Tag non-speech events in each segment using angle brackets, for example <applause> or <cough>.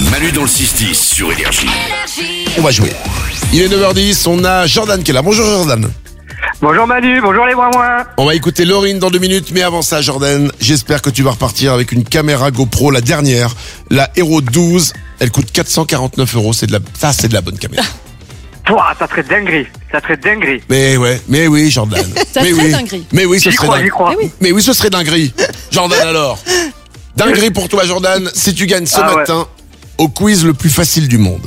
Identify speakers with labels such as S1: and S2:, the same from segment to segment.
S1: Manu dans le 6-10 sur Énergie.
S2: On va jouer. Il est 9h10, on a Jordan qui est là. Bonjour Jordan.
S3: Bonjour Manu, bonjour les moins
S2: On va écouter Laurine dans deux minutes, mais avant ça Jordan, j'espère que tu vas repartir avec une caméra GoPro, la dernière, la Hero 12. Elle coûte 449 euros, c'est de la, ça c'est de la bonne
S4: <laughs>
S2: caméra.
S3: Pouah, ça serait dinguerie, ça serait dinguerie.
S2: Mais ouais, mais oui Jordan.
S4: Ça
S2: mais
S4: serait
S2: oui.
S4: dinguerie.
S2: Mais oui, ce
S3: J'y
S2: serait
S3: crois, j'y
S2: dingue.
S3: crois.
S4: Eh oui.
S2: Mais oui, ce serait dinguerie. Jordan alors. Dinguerie pour toi Jordan, si tu gagnes ce
S3: Ah ouais.
S2: matin au quiz le plus facile du monde.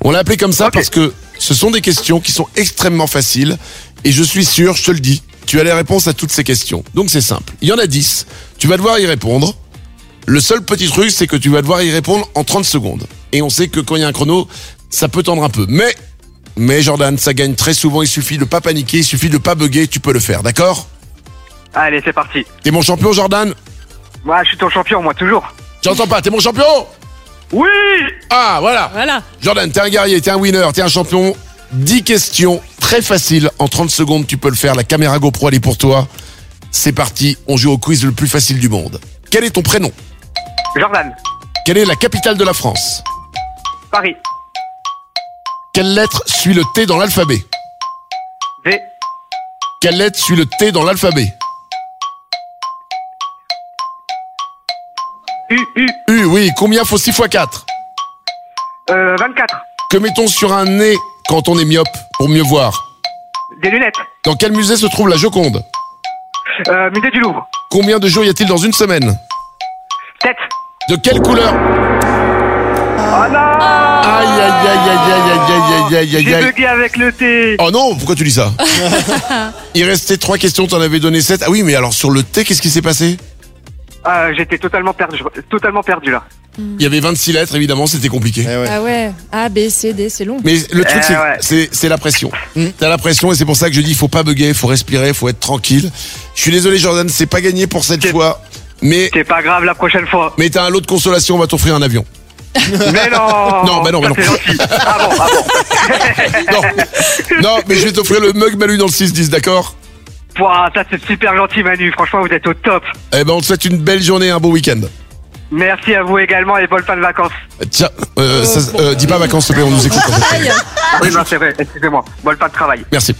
S2: On l'a appelé comme ça
S3: Ok.
S2: parce que ce sont des questions qui sont extrêmement faciles et je suis sûr, je te le dis, tu as les réponses à toutes ces questions. Donc c'est simple. Il y en a 10, tu vas devoir y répondre. Le seul petit truc, c'est que tu vas devoir y répondre en 30 secondes. Et on sait que quand il y a un chrono, ça peut tendre un peu. Mais, mais Jordan, ça gagne très souvent, il suffit de pas paniquer, il suffit de pas bugger, tu peux le faire, d'accord
S3: Allez, c'est parti.
S2: T'es mon champion Jordan
S3: Moi, je suis ton champion, moi, toujours.
S2: J'entends pas, t'es mon champion
S3: Oui
S2: Ah, voilà
S4: Voilà.
S2: Jordan, t'es un guerrier, t'es un winner, t'es un champion. 10 questions, très faciles. En 30 secondes, tu peux le faire. La caméra GoPro, elle est pour toi. C'est parti, on joue au quiz le plus facile du monde. Quel est ton prénom
S3: Jordan,
S2: Quelle est la capitale de la France
S3: Paris,
S2: Quelle lettre suit le T dans l'alphabet
S3: V,
S2: Quelle lettre suit le T dans l'alphabet
S3: U, U,
S2: U, oui. Combien faut 6 x 4
S3: euh, 24,
S2: Que met-on sur un nez quand on est myope pour mieux voir
S3: des lunettes,
S2: Dans quel musée se trouve la Joconde
S3: euh, musée du Louvre,
S2: Combien de jours y a-t-il dans une semaine
S3: 7.
S2: De quelle couleur
S3: Oh non
S2: Aïe, aïe, aïe, aïe, aïe, aïe, aïe, aïe, aïe,
S3: J'ai
S2: aïe.
S3: bugué avec le thé.
S2: Oh non, pourquoi tu dis ça Il restait trois questions, t'en avais donné sept. Ah oui, mais alors sur le thé, qu'est-ce qui s'est passé
S3: Ah, J'étais totalement perdu, je- totalement perdu là.
S2: Il y avait 26 lettres, évidemment, c'était compliqué.
S5: Eh ouais.
S4: Ah ouais. A, B, C, D, c'est long.
S2: Mais le truc,
S3: Eh
S2: c'est-
S3: ouais. Hmm.
S2: c'est c'est la pression. T'as la pression et c'est pour ça que je dis, il faut pas bugger, faut respirer, faut être tranquille. Je suis désolé, Jordan, c'est pas gagné pour cette
S3: C'est-
S2: fois, mais
S3: C'est pas grave la prochaine fois.
S2: mais t'as un lot de consolation, on va t'offrir un avion.
S3: <laughs> Mais <laughs> non
S2: Non, bah non, bah non.
S3: Ça, C'est gentil. Ah bon, ah bon.
S2: Non, non, mais je vais t'offrir le mug Malu dans le 6-10, d'accord
S3: Pouah, ça c'est super gentil Manu, franchement vous êtes au top.
S2: Eh ben, on te souhaite une belle journée, un beau week-end.
S3: Merci à vous également et bonne fin de vacances.
S2: Euh, Tiens, euh, ça- euh, dis pas vacances, s'il te plaît, on nous écoute.
S4: Aïe.
S3: Oui, non, c'est vrai, excusez-moi. Bonne fin de travail.
S2: Merci.